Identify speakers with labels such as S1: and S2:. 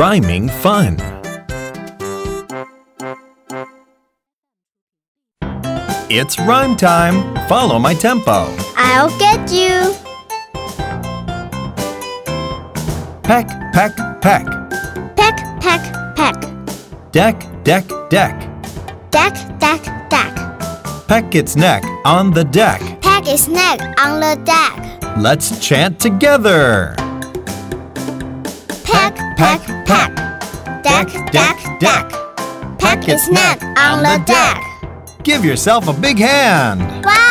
S1: Rhyming fun. It's rhyme time. Follow my tempo.
S2: I'll get you.
S1: Peck, peck, peck.
S2: Peck, peck, peck.
S1: Deck, deck, deck.
S2: Deck, deck, deck.
S1: Peck its neck on the deck.
S2: Peck his neck on the deck.
S1: Let's chant together.
S2: Peck, peck, peck. Deck, deck, deck. Peck his neck on the deck.
S1: Give yourself a big hand.
S2: Wow!